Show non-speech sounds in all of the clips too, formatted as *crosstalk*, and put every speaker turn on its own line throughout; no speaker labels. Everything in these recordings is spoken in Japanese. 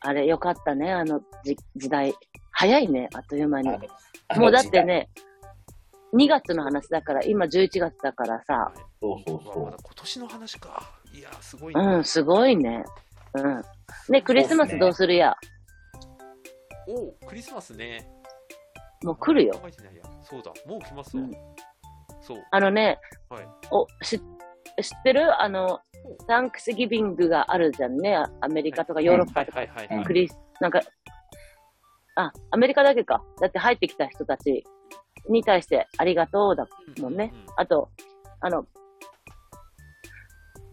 あれ、よかったね、あのじ時代。早いね、あっという間に。
あの
もうだって。ね、2月の話だから、今11月だからさ、
そうそう
まあ、ま
そ
だ今年の話か。いや、すごい、
うん、すごいね。うん。ね、クリスマスどうするや。
おうクリスマスね。
もう来るよ。
考えてないや。そうだ、もう来ますわ。
うん
そう。
あのね、
はい
おし知ってるあの、サンクスギビングがあるじゃんね。あアメリカとかヨーロッ
はいはいはい、はい
パ、クリス、なんか、あ、アメリカだけか。だって入ってきた人たちに対してありがとうだもんね
う。
あと、あの、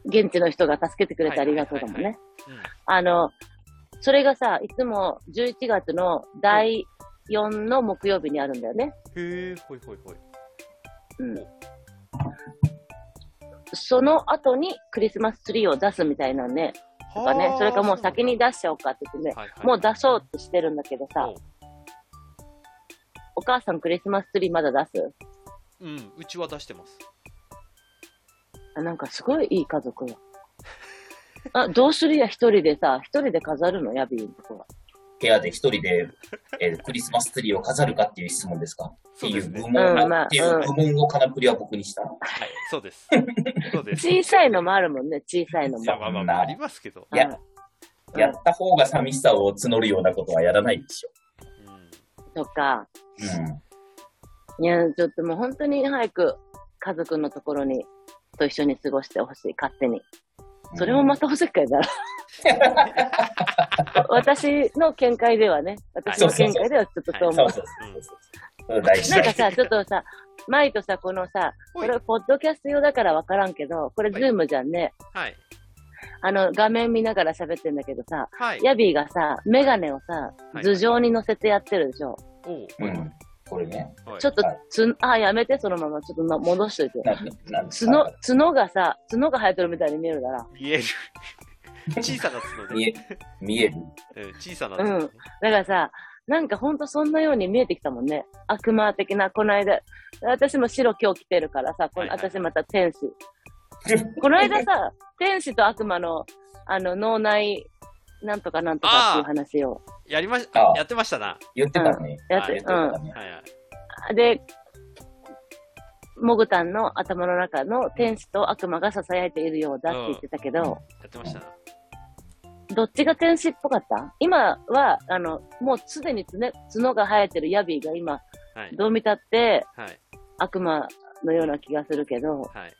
現地の人が助けてくれてありがとうだもん
はいは
ね。
うんうん
あの、それがさ、いつも11月の第4の木曜日にあるんだよね。
へえ、ほいほいほい。
うん。その後にクリスマスツリーを出すみたいなんね。とかね
は、あ
それかもう先に、出しちゃおうかって言ってね、
はいはい
もう出そうとしてるんだけどさ
お、う
お母さんクリスマスツリーまだ出す
うん、うちは出してます。
あなんかすごいいい家族や。あ、どうするや、一人でさ、一人で飾るの、ヤビーのとこは。
う。部屋で一人で、えークリスマスツリーを飾るかっていう質問ですかって
そう
い
で
う
す
部
ね。
門が、
うんまあ
っていう部門をカナプリは僕にした。
はい、そう
*laughs*
です。そうです。
小さいのもあるもんね、小さいの
い
も。
やまあまあまあ、ありますけど。
うん
いや、やった方が寂しさを募るようなことはやらないでしょ。
うん
とか、
うん。、
いや、ちょっともう本当に早く家族のところに、と一緒に過ごしてほしい、勝手に。それもまたおせっかいだな。私の見解ではね、私の見解ではちょっとそううん
そ
思う
う。そうそうそう。そう大事
なん
だ
かさ、ちょっとさ、前とさ、このさ、こ
はい
れ、ポッドキャスト用だから分からんけど、これ、ズ
はい
ームじゃんね。
はい。
あの、画面見ながら喋ってんだけどさ、
はい。
ヤビーがさ、メガネをさ、
はい
頭上に乗せてやってるでしょ。
おう
う
はい
ん。これね。
はい
ちょっと
はい
つ、あ、やめて、そのまま、ちょっとな戻しといて。
なんで、なんで
角、角がさ、角が生えてるみたいに見えるから。
見える。 *laughs* 小さな角
見
ね。
え、見える *laughs*
うん小さな角ね。
だからさ、なんかほんとそんなように見えてきたもんね。悪魔的な、この間。私も白今日着てるからさ、この
はいはいはい
私また天使。この間さ、天使と悪魔の、あの、脳内、なんとかなんとかっていう話を
やりまし
あ、あ
やってましたな。
言ってたね。
やって、
あ
言ってたね。
はいはい。
うん。で、モグタンの頭の中の天使と悪魔が囁いているようだって言ってたけど、
やってましたな。
どっちが天使っぽかった今は、あの、もうすでにつね角が生えてるヤビーが今、
はい。
どう見たって、
はい。
悪魔のような気がするけど、
はい。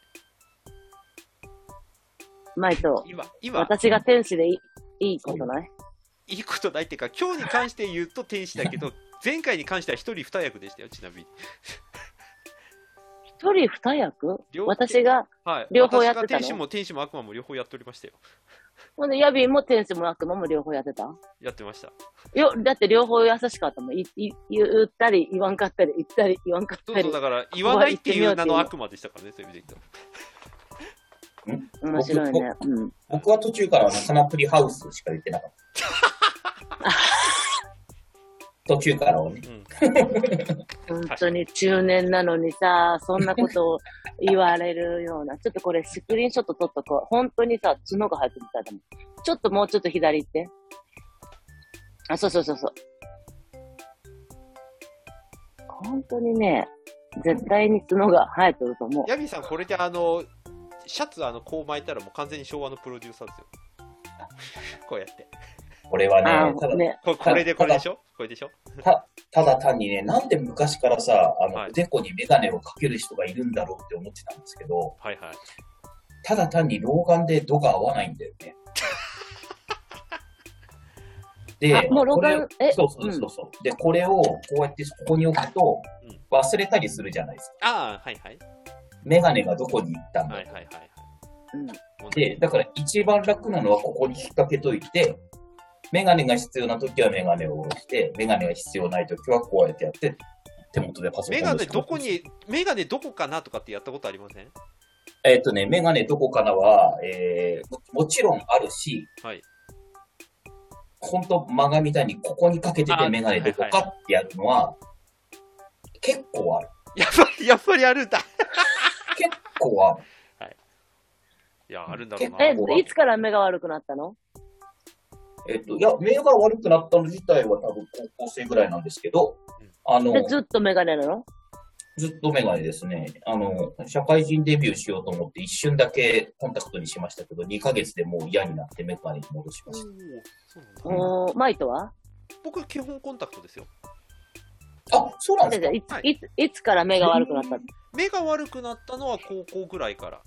マイト、
今、今、
私が天使でいいいいことない
いいことないっていうか、今日に関して言うと天使だ
*laughs*
けど、前回に関しては一人二役でしたよ、ちなみに。
一人二役
両手
私が、
はい。
両方やってたの
私が天使も天使も悪魔も両方やっておりましたよ。
ほんで、ヤビーも天使も悪魔も両方やってた
やってました。
よ、だって両方優しかったもん。いい言ったり言わんかったり、言ったり言わんかっ
そ
た
うそう、
り
だ。から、言わないっていう名の悪魔でしたからね、そういう意味で言う
面白いね。うん。
僕は途中からあのカナプリハウスしか言ってな
*laughs*
かった。途中からはね。
と。うん。
本当に中年なのにさ、そんなことを言われるような。ち *laughs* ょっとこれスクリーンショット撮っとこう。本当にさ、角が生えてるみたいだもん。ちょっともうちょっと左行って。あ、そうそうそうそう。本当にね、絶対に角が生えてると *laughs* 思う。
ヤミーさん、これであの、シャツあの、こう巻いたらもう完全に昭和のプロデューサーですよ。 *laughs* こうやって。
これは
あ
ね、ただ、
ね、
これこれでこれでしょこれでしょ
ただ単にね、なんで昔からさ、あの、
はい
おでこにメガネをかける人がいるんだろうって思ってたんですけど、
はいはい。
ただ単に老眼で度が合わないんだよ
*laughs*
ね。
あ
で、
もう老眼
これ
え
そうそうそうそう、で、これをこうやってここに置くと
うん、
忘れたりするじゃないですか。
ああ、はいはい。
メガネがどこに行ったんだ
は
ろ
いうはいはいはい。
うん。
問題
で、だから一番楽なのはここに引っ掛けといて、メガネが必要な時はメガネを下ろして、メガネが必要ない時はこうやってやって、手元でパソコン
メ
で
ガネどこに、メガネどこかなとかってやったことありません *laughs*
えっ、とね、メガネどこかなは、えーももちろんあるし、
はい。
ほんと漫画みたいにここにかけて
あ
てメガネどこかってやるのは、結構ある。
やっぱり、やっぱりあるんだ。 *laughs*
結構ある。
いや、あるんだろうな。
え
ここ、
いつから目が悪くなったの
えっと、いや、目が悪くなったの自体は多分高校生ぐらいなんですけど、あの、
で、ずっとメガネなの
ずっとメガネですね。あの、社会人デビューしようと思って一瞬だけコンタクトにしましたけど、2ヶ月でもう嫌になってメガネに戻し
お
ま
ー
し
そうなんだ
うん
おーマイトは
僕は基本コンタクトですよ。
た。あ、そうなんです
先
か
生いつ
はい
いついつから目が悪くなったの
目が悪くなったのは高校ぐらいから。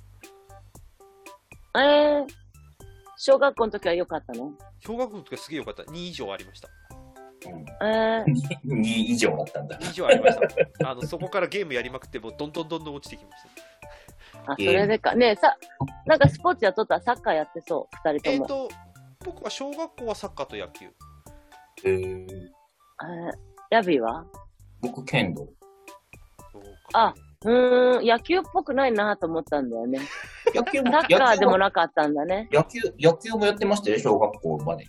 えー、小学校の時は良かったの
小学校の時はすげえ良かった。2以上ありました。
えー、
うん、2以上だったんだ。
2以上ありました。あのそこからゲームやりまくって、もうどんどんどんどん落ちてきまし
*laughs*
た。
あ、それでか。ねえ、さ、なんかスポーツやっとったらサッカーやってそう、二人
え
と
っ、
も。
と、僕は小学校はサッカーと野球。
え
え
ー、
ーヤビーは
僕、剣道。
あうーん、野球っぽくないなと思ったんだよね。
*laughs* 野球
サ
も、
ッカーでも
な
なかったんだね。
野球、野球もやってましたよ、小学校まで。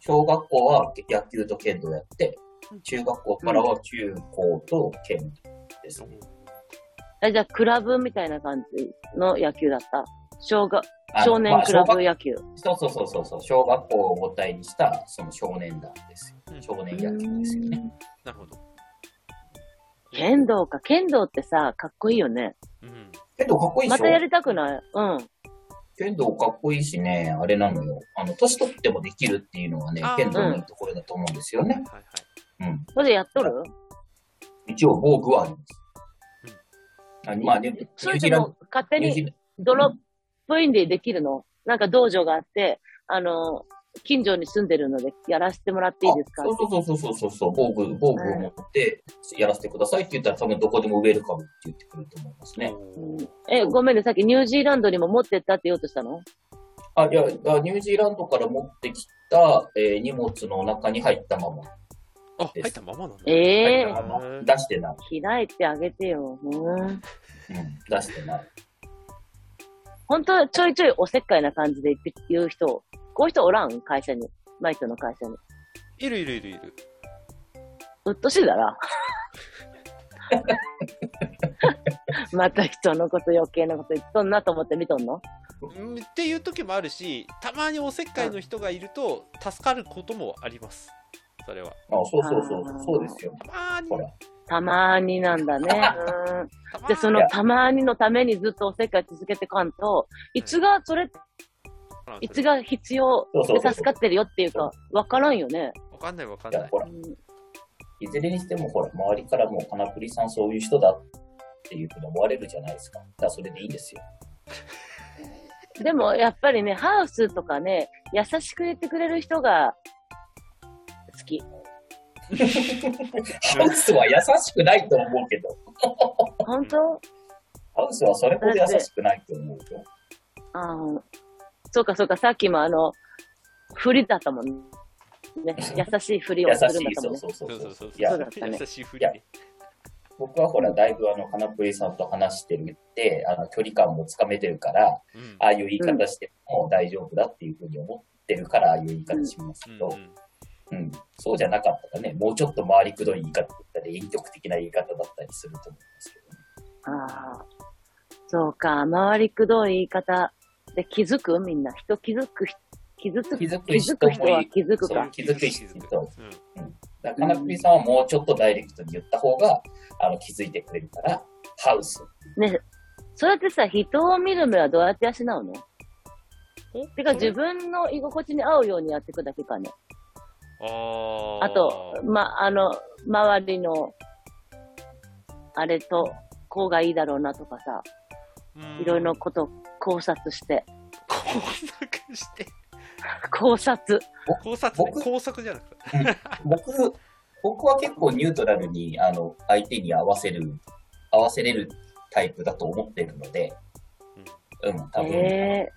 小学校は野球と剣道やって、中学校からは中高と剣ですね。
え、じゃあ、クラブみたいな感じの野球だった。小学、
あの
少年クラ
まあ
ブ野球。
小学そうそうそうそう、小学校を母体にした、その少年団ですよ。
うん
少年
う
野球ですよね。
ん
なるほど。
剣道か。剣道ってさ、かっこいいよね。
うん。
剣道かっこいいで
ま
しょ
たやりたくないうん。
剣道かっこいいしね、あれなのよ。あの、年取ってもできるっていうのはね
あー、
剣道のいいところだと思うんですよね。
はいはい。
うん。
それでやっとる
一応、防具はあります。あまあね、ニュ
そ
ー
れ
ジ
と
ーランド
も、勝手
ニュージー
に
ラン
ドロップインでできるのなんか道場があって、あの、近所に住んでるのでやらせてもらっていいですか
あそうそうそうそうそうそう、防具、防具を持ってやらせてくださいって言ったら、多分どこでもウェルカムって言ってくると思いますね。
う
おー
んえ、ごめんね、さっきニュージーランドにも持ってったって言おうとしたの
あ、いや、あニュージーランドから持ってきた、えー荷物の中に入ったまま。
あ、入ったままなんだ。
ええ
入ったまま。出してない。
開いてあげてよ。うん
うん、出してない。
本当はちょいちょいおせっかいな感じで言って言う人、こういう人おらん会社に。マイトの会社に。
いるいるいるいる。
うっとしいだな。 *laughs* また人のこと余計なこと言っとんなと思って見とんの
うんっていう時もあるし、たまにおせっかいの人がいると助かることもあります。それは。
あ、そうそうそう
あー、
そうですよ。
たまーに
ほ。ら。
たまーになんだね。うん
たまー
で、
に
そのたまーにのためにずっとおせっかい続けてかんと、いつがそれ、いつが必要
そうそうそうそ
で
う
助かってるよっていうか、わからんよね。
わかんないわかん
いや
ない。
ほら、いずれにしても、ほら、周りからも、カナプリさんそういう人だっていうふうに思われるじゃないですか。だからそれでいいですよ。
でもやっぱりね、ハウスとかね、優しく言ってくれる人が好き。
ハウスは優しくないと思うけど、
本当
ハウスはそれほど優しくないと思うよ。
あーそうかそうか、さっきもあの、振りだった
*laughs*
もんね。優しい振りを
優
するんだ
し
っ
い、
た
そ
もんね。
うそうそう
そ
そ
うそううそう。
い
*laughs*
や
そうだったね
優しいふりね。
僕はほら、だいぶあの、花プリさんと話してるって、あの、距離感もつかめてるから、
うん
ああいう言い方しても大丈夫だっていうふうに思ってるから、ああいう言い方しますけ
うん
ど、
う
う
ん
ん、そうじゃなかったらね、もうちょっと回りくどい言い方だったり、遠慮的な言い方だったりすると思いますけどね。
ああ、そうか、回りくどい言い方で気づくみんな。人気づく人、気づく
気づ
気
く
づ
人
く人
もい
は
る。
気づく
そ
か
う。気づく人と。
うん
だから、かなぷりさんはもうちょっとダイレクトに言った方が、あの、気づいてくれるから、ハウス。
ね、それってさ、人を見る目はどうやって養うの
お
てか
それ
自分の居心地に合うようにやっていくだけかね。
あー
あと、ま、あの、周りの、あれと、こうがいいだろうなとかさ、
うん
いろいろなことを考察して、
工作して
考察。
工作ね
僕
工作じゃなくて
僕、僕は結構ニュートラルに、あの、相手に合わせる、合わせれるタイプだと思ってるので、うん、多分、
え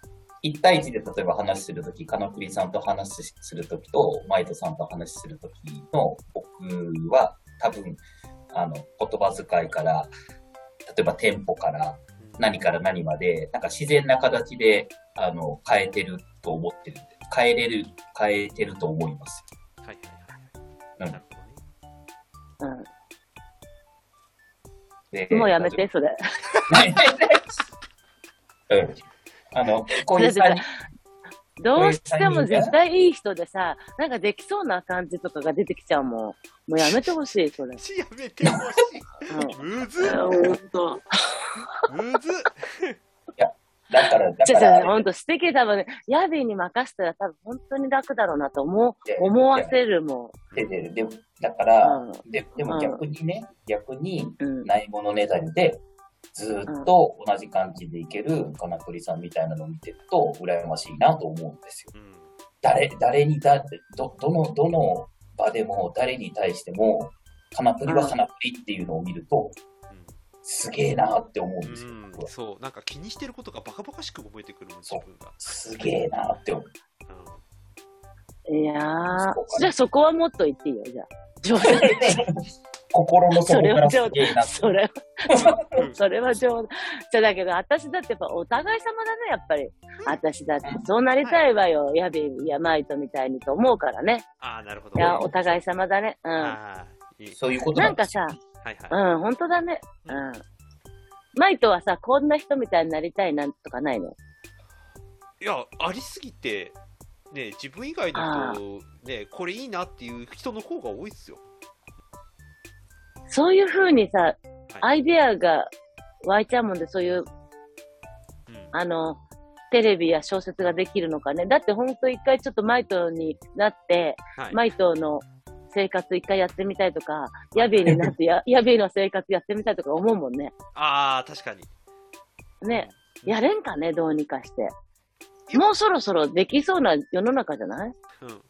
1対1で例えば話するとき、カナプリさんと話するときと、マイトさんと話するときの僕は、多分、あの、言葉遣いから、例えばテンポから何から何まで、なんか自然な形で、あの、変えてると思ってるんで、変えれる、変えてると思います。
はいはいはい、
うん
なるほどね
え
で
うん。もうやめて、それ。
ないないないうん。あの、小西さんに、
どうしても絶対いい人でさ、なんかできそうな感じとかが出てきちゃうもん。もうやめてほしい、それ。
しやめてほしい。むずっ
うん。ほんと。
むずっ
だから、だ
じ
か
ゃじゃ
ら、
ほんと、素敵多分ね、ヤビーに任せたら多分本当に楽だろうなと思う、思わせるも
でででだか
ん。
ら、ででも逆にね、逆に、
うん。うん。
ないものねだりで、ずーっと同じ感じでいける金栗さんみたいなのを見てると、羨ましいなと思うんですよ。
うん
誰、誰にだ、ど、どの、どの場でも、誰に対しても、金栗は金栗っていうのを見ると、すげえなって思うんですよ。
うん
僕は
そうなんか気にしてることがバカバカしく覚えてくるもん自
そう
分が、
すげえなって思う。
うん
いやー
そうか、
じゃあそこはもっと言っていいよ、じゃあ。冗談。
*laughs* 心の
そ
底
れ
か
は
らす
冗
げえな
談。
って
それは
うん、
それは冗談。じゃあだけど、私だってやっぱお互い様だね、やっぱり。私だって、そうなりたいわよ、ヤビーやマイトみたいにと思うからね。
ああなるほど
いや、お互い様だね。うん。
あーいい
そういうこと
な
なんんで
か
すよ
さ、
はいはい、
うん、本当だね。うん。マイトはさ、こんな人みたいになりたいなんとかないの
いやありすぎてね自分以外の人ねこれいいなっていう人の方が多いっすよ
そういう風にさ、アイデアが湧いちゃうもんで、そういう、
うん
あの、テレビや小説ができるのかね。だってほんと一回ちょっとマイトになって、
はい
マイトの生活一回やってみたいとか、ヤビーになってや、ヤビーの生活やってみたいとか思うもんね。
ああ確かに
ね、やれんかね、どうにかして。もうそろそろできそうな世の中じゃない
うん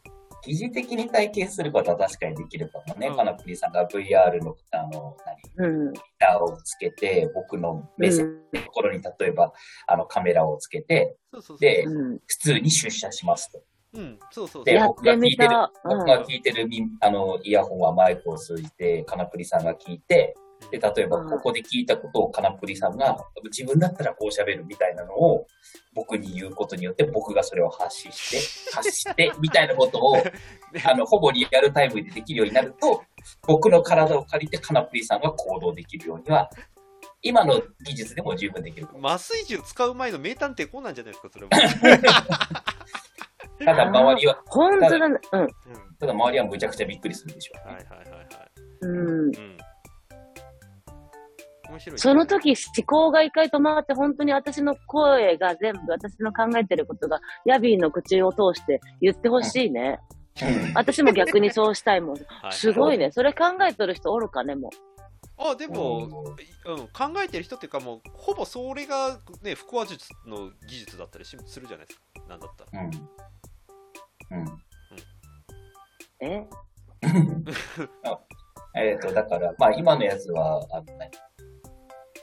疑似的に体験することは確かにできるかもね。
うん
金栗さんが VR の、あの、何、
うん。
板をつけて、僕の目線のところに、例えば、あの、カメラをつけて、
そうそうそう
で
うん。
普通に出社しますと。
うんそうそうそう
で、
やっ
僕が
て
聞い
み
てる
た、
僕
うん
が聞いてるみ、あの、イヤホンはマイクを通じて、金栗さんが聞いて、で、例えば、
うん
ここで聞いたことを金栗さんが、自分だったらこう喋るみたいなのを、僕に言うことによって、僕がそれを発信して、発
*laughs*
して、みたいなことを、あの、ほぼリアルタイムでできるようになると、僕の体を借りて、カナプリさんが行動できるようには、今の技術でも十分できる。
麻酔銃使う前の名探偵コナンじゃないですかそれ
*laughs*
も、
ただ、周りは、
本当だね。
うん、
ただ、周りはむちゃくちゃびっくりするでしょう
はい
ね。
はいはいはい
うん。うん。
うん面白いね
その時、思考が一回止まって、本当に私の声が全部、私の考えてることが、ヤビーの口を通して言ってほしいね。
うん
私も逆にそうしたい
*laughs*
もん。
はは
すごいね。それ考えてる人おるかね、も
あでも、うん、考えてる人っていうかもうほぼそれがね腹話術の技術だったりしするじゃないですかなんだったら
うん。
う。え
うん。えっと、だから、まあ、今のやつは、あのね、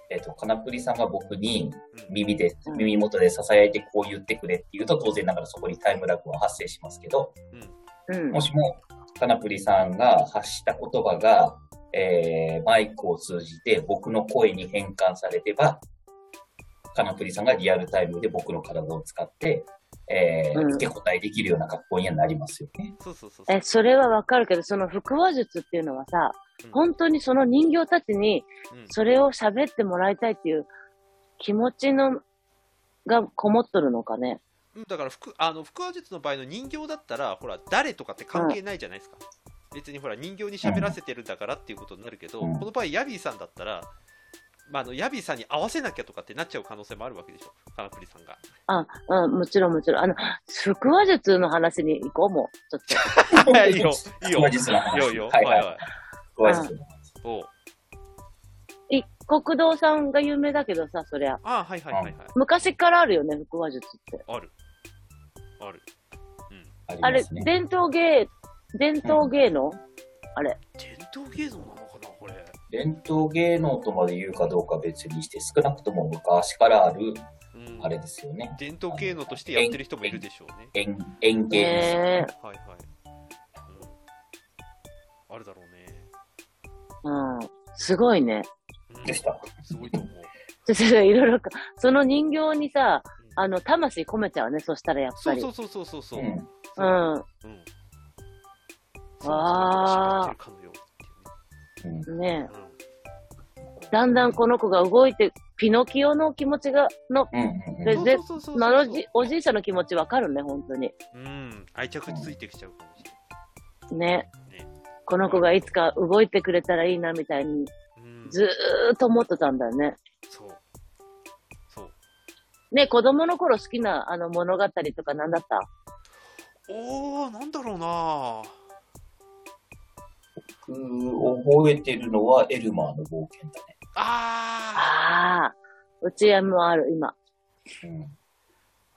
えっ、と、カナプリさんが僕に耳で、
うん
耳元で囁いてこう言ってくれっていうと、当然ながらそこにタイムラグは発生しますけど、
うん
も。しも、カナプリさんが発した言葉が、えーマイクを通じて僕の声に変換されれば、カナプリさんがリアルタイムで僕の体を使って、えー
うん
付け答えできるような格好にはなりますよ
*laughs*
ね。
そうそうそうそう
え、それはわかるけど、その腹話術っていうのはさ、本当にその人形たちに、
うん
それを喋ってもらいたいっていう気持ちの、がこもっとるのかね。
うんだから腹あの腹話術の場合の人形だったらほら誰とかって関係ないじゃないですか、別にほら人形に喋らせてるんだからっていうことになるけど、
うん
この場合ヤビーさんだったら、まあ、あのヤビーさんに合わせなきゃとかってなっちゃう可能性もあるわけでしょカナプリさ
*laughs*
んが *laughs*
あ、うん、もちろんもちろん。あの、腹話術の話に行こうもう、ちょっと。
いいよいいよ
腹話術の話
いよいよ
はいはい
はいはい、
腹話術の話
おう
一国道さんが有名だけどさ、そりゃ。
ああはいはいはいはい
昔からあるよね、腹話術って。
あるある
あ
あり
れ
ます、ね。
伝統芸、伝統芸能、
伝統芸能なのかなこれ
伝統芸能とまで言うかどうか別にして、少なくとも昔からある、
うん
あれですよね。
伝統芸能としてやってる人もいるでしょうね。
演演芸ですよね。
ねえ。
はいはい。うん、あるだろうね。
うん。すごいね。
うん
でした。
すごいと思う。
ちょちょ、いろいろか、その人形にさ、あの、魂込めちゃうね、そしたらやっぱ
そう
り。
そうそうそうそうそうう。
ん。
う
うん。
ん。
そうなってるかのよう
う
ね
ん
にね
えだんだんこの子が動いてピノキオの気持ちが、の、
うんうんうん
で
そうそうそうそう
あのじおじいちゃんの気持ちわかるね、本当に。
うん、愛着ついてきちゃうかもしれ
ね。
ないね。
この子がいつか動いてくれたらいいな、みたいに、
うん、
ずーっと思ってたんだよね。
そう。そう。
ね、子供の頃好きな、あの、物語とか何だった
おー、なんだろうな
僕、覚えてるのはエルマーの冒険だ
あ
ああ、うちはもうある、今。
ね。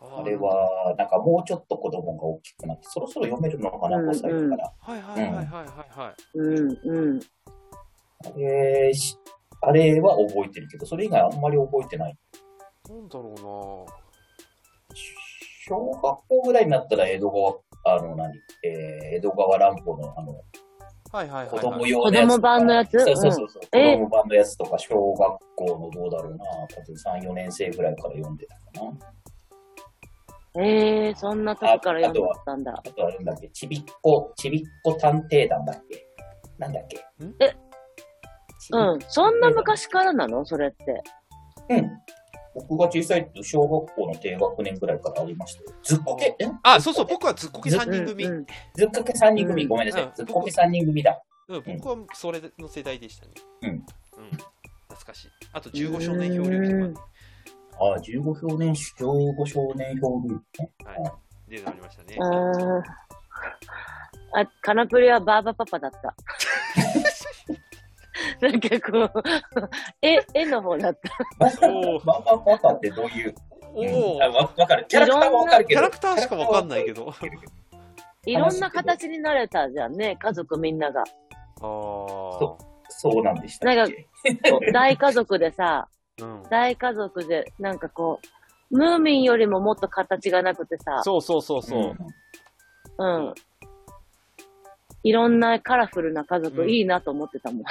うん
ー
あれ。は、なんかもうちょっと子供が大きくなって、そろそろ読めるのかな、
うん
5歳だから。
はいはいはいはいはいはい。
うん、うん。
あれしあれは覚えてるけど、それ以外あんまり覚えてない。
なんだろ
小学校ぐらいになったら江戸川、あの何、えー江戸川乱歩のあの、
うなはいはいはい、はい。
子供用のやつ
子
とか。
供版のやつ
そうそうそうそう。
うん
子供版のやつとか、小学校のどうだろうな、多分3、4年生ぐらいから読んでたかな。
ええー、そんな時から
あ
読んでたんだ。
あとあれなんだっけ、ちびっこ、ちびっこ探偵団だっけなんだっけ
え
ちびっ
うん。そんな昔からなのそれって。
うん。僕が小さいと小学校の低学年ぐらいからありましたよ。ずっこけ、え
あ、そうそう、僕はずっこけ3人組。
う
うんん
うん
ずっこけ3人組、
うん
ごめんなさ
うん
い。ずっこけ3人組だ。
僕はそれの世代でしたね。
うん
うん。懐かしい。あと、15少年漂流記とか
ああ、15少年、15少年 *laughs* 漂流記ね。
ね。はい。で、なりましたね。
あーあ、カナプリはバーバパパだ
*laughs*
った。なんかこう、 *laughs* 絵、絵の方だった。
おー
ママパパってどういう。
お
うんあ
ー。
わわかる。キャラクターはわかるけ
キ
ど。
ャラクターしかわかんないけど。
いろんな形になれたじゃんね、家族みんなが。
あー
そ。そうなんでした
な
っ
んか
け。
大家族でさ、
うん。
大家族で、なんかこう、ムーミンよりももっと形がなくてさ、
そうそうそうそう。
ん
うん。いろんなカラフルな家族、
うん
いいなと思ってたもん。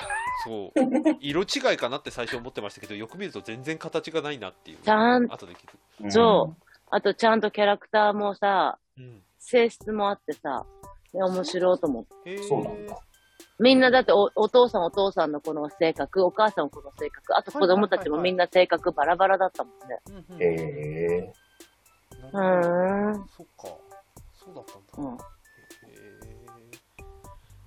そう色違いかなって最初思ってましたけどよく見ると全然形がないなっていう
ちゃん
後で気づく、
うん
そあとちゃんとキャラクターもさ、
うん
性質もあってさ、ね面白いと思う。
へー
そうなんだ。
みんなだっておお父さんお父さんのこの性格、お母さんのこの性格、あと子供たちもみんな性格バラバラだったもんね。
うんうん
へえ。
う
な
ー
るほどそっかそうだったんだ、
ん。うん。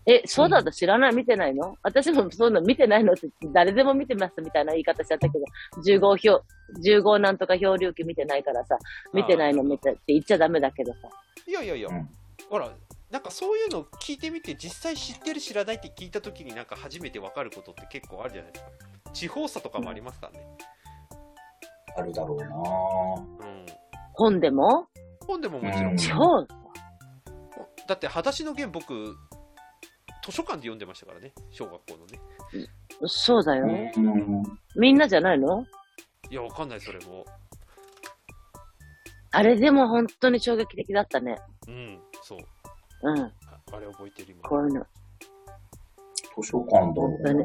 へ
え、そうだと知らない見てないの私もそういうの見てないのって誰でも見てますみたいな言い方しちゃったけど、15ひょ15なんとか漂流記見てないからさ、見てないの見てって言っちゃダメだけどさ。
ーいやいやいや、
うん
ほらなんかそういうの聞いてみて実際知ってる知らないって聞いた時になんか初めて分かることって結構あるじゃないですか地方差とかもありますからね、
あるだろう
うん、
本でも
本でももちろん、
うん
地方
だって「裸足の弦」僕図書館で読んでましたからね小学校のね
そうだよ。
なぁ。うん。
みんなじゃないの
いやわかんないそれも
あれでも本当に衝撃的だったね。
うんそう
うん。
ああれ覚えてる今
こういうの。
図書館だろうなぁ。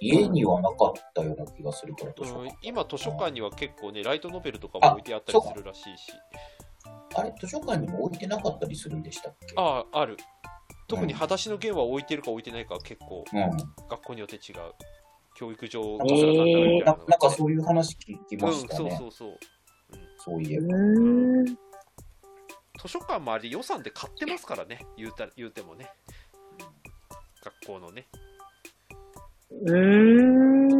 家にはなかったような気がするから、図書
うん
館。
今図書館には結構ねライトノベルとかも置いてあったりするらしいし
あれ、図書館にも置いてなかったりするんでしたっけ
ああある特に「裸足の弦」は置いてるか置いてないかは結構
うん。
学校によって違う教育上
なん
か
図書館だ
な
みたい
なんかそういう話聞きま
うん
した
そう
ね。
そうそう
そういえ
う
ば。
ーん。
図書館もあれ予算で買ってますからね言うた言うてもね学校のね
うー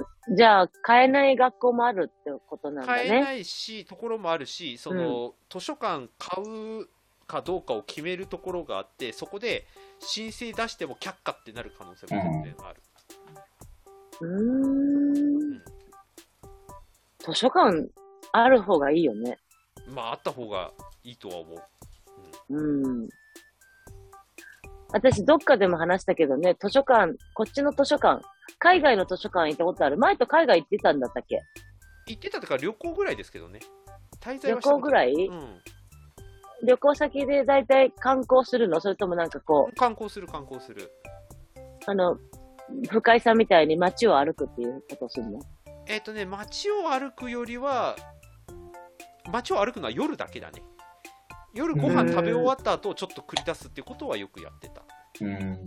ん。じゃあ、買えない学校もあるってことなんだ
買え
ね。
ないしところもあるしその、図書館買うかどうかを決めるところがあってそこで申請出しても却下ってなる可能性も全然ある、
うーん。図書館ある方がいいよね。
まああった方がいいとは思う。
うん。私、どっかでも話したけどね、図書館、こっちの図書館、海外の図書館行ったことある。前と海外行ってたんだったっけ
行ってたとか旅行ぐらいですけどね。滞在
旅
はした
行
こと
ぐ
ない
らい、
うん。
旅行先で大体観光するのそれともなんかこう、
観光する観光する。
あの、深井さんみたいに街を歩くっていうことをするの
えっ、とね、街を歩くよりは、街を歩くのは夜だけだね。夜ご飯食べ終わった後、ちょっと繰り出すってことはよくやってた。
うん。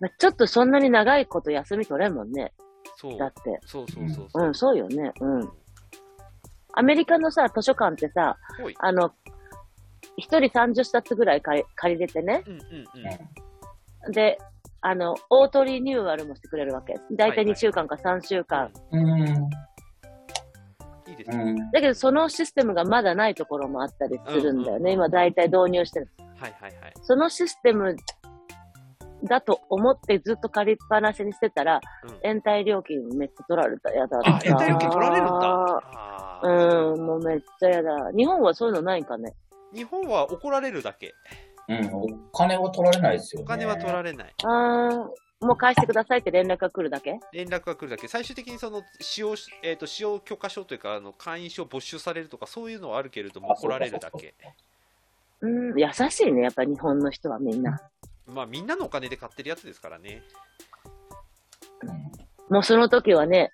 まあちょっとそんなに長いこと休み取れんもんね。
そう
だって。
そうそうそうそうう、
ん、そうよね。うん。アメリカのさ、図書館ってさ、
ほい
あの、一人30冊ぐらい借り借りれてね。
うんうんうん
うん
で、あの、オートリニューアルもしてくれるわけ。だいたい2週間か3週間。
うん。
いいです
う
ね、
ん。
だけど、そのシステムがまだないところもあったりするんだよね。
うん
今、だいたい導入してる。
はいはいはい
そのシステムだと思ってずっと借りっぱなしにしてたら、
うん
延滞料金めっちゃ取られた。やだ
あ
な。
延滞料金取られるんだあ
う
ー
ん、もうめっちゃやだ。日本はそういうのないんかね。
日本は怒られるだけ
うん。お金は取られないですよ
お
ね。
金は取ら
れ
れない
あーもう返してくださいって連絡が来るだけ
連絡が来るだけ最終的にその使用し、えー、と使用許可証というかあの会員証没収されるとかそういうのはあるけれども怒られるだけ。
うん、優しいね。やっぱ日本の人はみんな。
まあみんなのお金で買ってるやつですからね
うん
もうその時はね、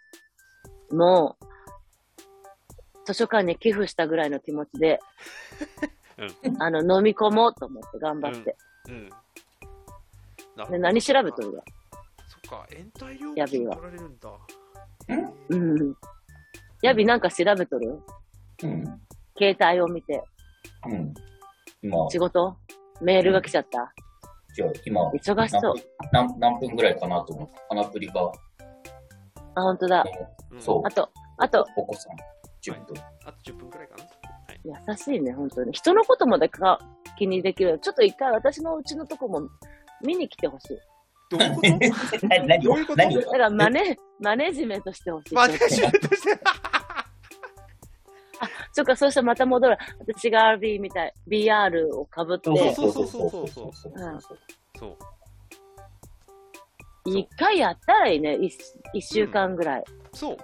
もう、図書館に寄付したぐらいの気持ちで、あの、飲み込もうと思って頑張って。
うんなるほ
で
ど
何調べとるだ
そっか延滞料
やべえ
金
わ
取られるんだ
うん。ヤビなんか調べとる
うん。
携帯を見て。
うん。今、
仕事メールが来ちゃった。
じゃあ今、
忙しそう。
何分何何分ぐらいかなと思って、アナプリが、
あ、本当だ。
うん
そう
あと、あと、
お子さん、10分。
あと10分くらいかな
優しいね、本当に。人のことまでか気にできる。ちょっと一回私のうちのとこも見に来てほしい。
どういうこと
何何
どういうこと
何
だからマネ、マネジメントして
*laughs*
ほしい。
マネージメントして
そっか、そうしたらまた戻る。私が RB みたい、BR をかぶって、
そうそうそうそうそうそう
うん
そう。
そう
一回やったらいいね。一一週間ぐらい。
*laughs*
そう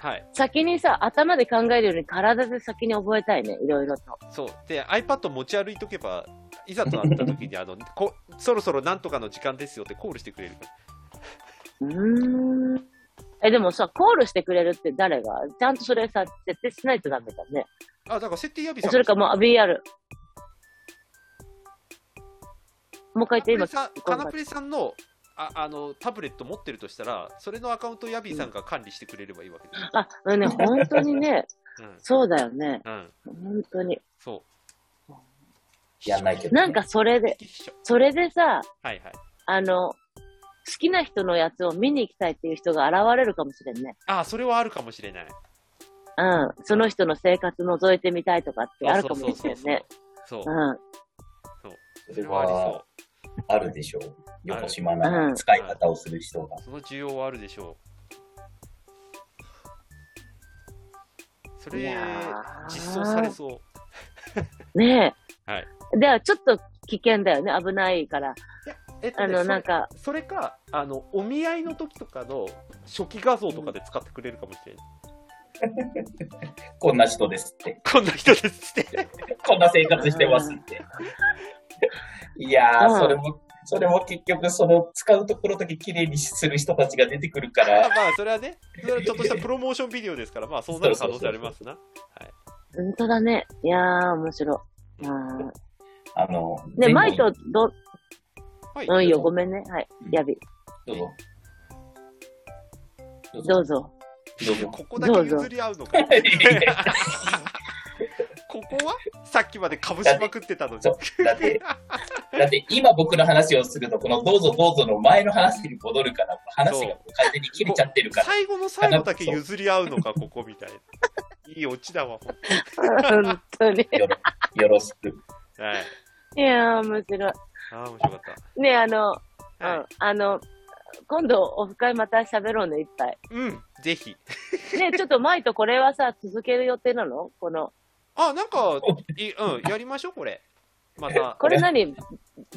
はい
先にさ、頭で考えるより体で先に覚えたいね。いろいろと。
そうで iPad 持ち歩いとけばいざとなった時
*laughs*
にあのこそろそろなんとかの時間ですよってコールしてくれるから
うーん。え、でもさ、コールしてくれるって誰がちゃんとそれさ、設定しないとダメだね。
あだから設定やび
え
さん
それかもうあ VR。もう一回言って、今、
カナプレさんのああのタブレット持ってるとしたらそれのアカウントをヤビーさんが管理してくれればいいわけで
*laughs* あ、うんね、本当にね、 *laughs*
すよ、
そうだよね。
うんうん、
本当に。
そう
やんないけどね。
なんかそれで、
秘書
それでさ、
はいはい
あの、好きな人のやつを見に行きたいっていう人が現れるかもしれんね。
あそれはあるかもしれない
うん。その人の生活覗いてみたいとかってあるかもしれんね。
そうそうそう
う。
そうん
そ
そ
れ
れはあり
は
そ
あるでしょう。よこしま
う
なん使い方をする人が。
うその需要はあるでしょうそ
い
れ
やー
実装されそう
ねえ。
はい。
では、ちょっと危険だよね。危ないから。
えっと
あ
ねそ
の、
れ
なんか、
それかあのお見合いの時とかの初期画像とかで使ってくれるかもしれない、
こんな人ですって。
こんな人ですって
こんな生活してますって。いや
うん
ー、それも、それも結局、その使うところだけ綺麗にする人たちが出てくるか
*laughs* まあ
ら、
まあ、それはね、それはちょっとしたプロモーションビデオですから、まあ、そうなる可能性ありますな。
本当だね。いやー、面白い。あー
あの、
ね、マイト、ど、
はい。
うんいいよ、ごめんね。はい
うん。
やび、
どうぞ。どう
ど
ぞ。
うぞ。 *laughs*
どうぞ。
ここだけ譲り合うのか。ここはさっきまでかぶしまくってたのに。
そうだって、だって今僕の話をすると、このどうぞどうぞの前の話に戻るから、話が完全に切れちゃってるから。
最後の最後だけ譲り合う *laughs* のか、ここみたいな。いいオチだわ、ほんと
本当に。
よろよろしく。
はい。
いやー、面白
ああ、面白かっ
い。ね、あの、う
た。はい
ん、あの、今度、オフ会また喋ろうね、いっぱい。
うん、ぜひ。
ね、
*laughs*
ちょっとマイト、これはさ、続ける予定なのこの、
あ、なんか、いうん、やりましょう、これ。また。
これ何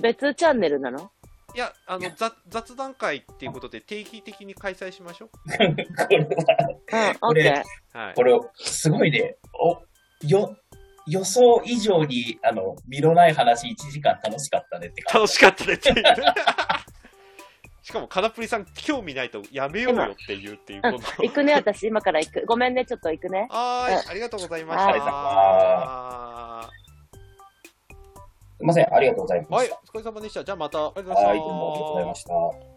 別チャンネルなの
いや、あの、雑雑談会っていうことで定期的に開催しましょ
これは、
うん、オッ
これ
ケ
う。はい
こ。れ、すごいね。お、よ、予想以上に、あの、身のない話1時間楽しかったねって感
楽しかったねって言う *laughs* しかもカナプリさん興味ないとやめようよって言うっていうこの *laughs*
ー。行くね、私、今から行く。ごめんね、ちょっと行くね。
はーいありがとうございました
あ
りがとうござい
は
じ。すいません、ありがとうございま
い
した。
お疲れ様でしたじゃあまたありがとうございました
はい、どうもありがとうございました。